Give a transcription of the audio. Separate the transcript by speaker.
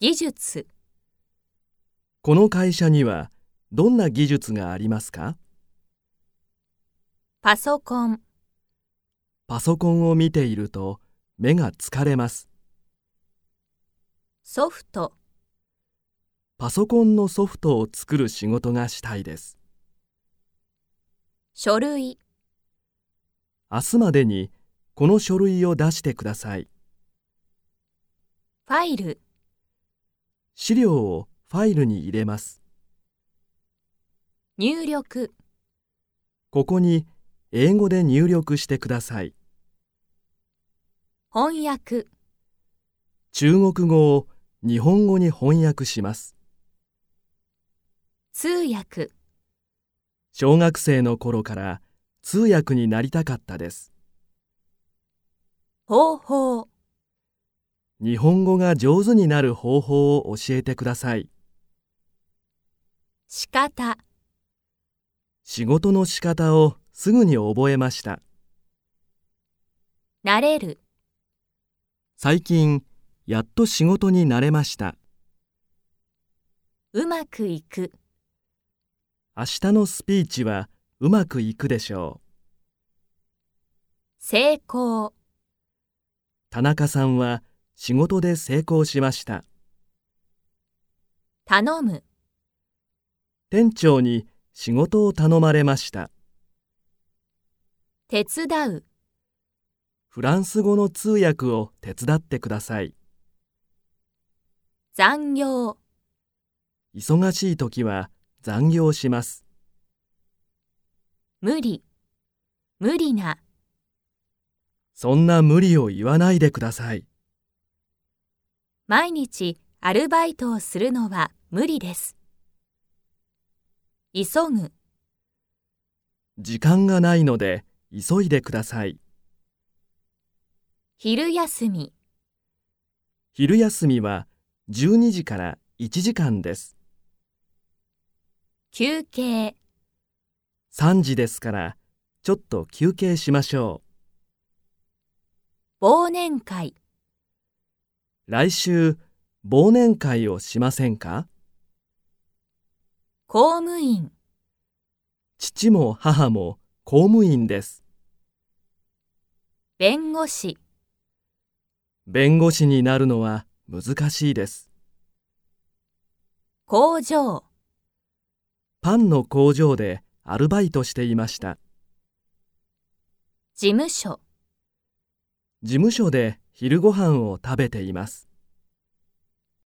Speaker 1: 技術、
Speaker 2: この会社にはどんな技術がありますか
Speaker 1: パソコン、
Speaker 2: パソコンを見ていると目が疲れます。
Speaker 1: ソフト、
Speaker 2: パソコンのソフトを作る仕事がしたいです。
Speaker 1: 書類、
Speaker 2: 明日までにこの書類を出してください。
Speaker 1: ファイル、
Speaker 2: 資料をファイルに入れます。
Speaker 1: 入力、
Speaker 2: ここに英語で入力してください。
Speaker 1: 翻訳、
Speaker 2: 中国語を日本語に翻訳します。
Speaker 1: 通訳、
Speaker 2: 小学生の頃から通訳になりたかったです。
Speaker 1: 方法、
Speaker 2: 日本語が上手になる方法を教えてください。
Speaker 1: 仕方、
Speaker 2: 仕事の仕方をすぐに覚えました。
Speaker 1: 慣れる、
Speaker 2: 最近、やっと仕事に慣れました。
Speaker 1: うまくいく、
Speaker 2: 明日のスピーチはうまくいくでしょう。
Speaker 1: 成功、
Speaker 2: 田中さんは仕事で成功しました。
Speaker 1: 頼む、
Speaker 2: 店長に仕事を頼まれました。
Speaker 1: 手伝う、
Speaker 2: フランス語の通訳を手伝ってください。
Speaker 1: 残業、
Speaker 2: 忙しい時は残業します。
Speaker 1: 無理、無理な、
Speaker 2: そんな無理を言わないでください。
Speaker 1: 毎日アルバイトをするのは無理です。急ぐ、
Speaker 2: 時間がないので急いでください。
Speaker 1: 昼休み、
Speaker 2: 昼休みは12時から1時間です。
Speaker 1: 休憩、
Speaker 2: 3時ですからちょっと休憩しましょ
Speaker 1: 忘年会、
Speaker 2: う。来週忘年会をしませんか
Speaker 1: 公務員、
Speaker 2: 父も母も公務員です。
Speaker 1: 弁護士、
Speaker 2: 弁護士になるのは難しいです。
Speaker 1: 工場、
Speaker 2: パンの工場でアルバイトしていました。
Speaker 1: 事務所、
Speaker 2: 事務所で昼ご飯を食べています。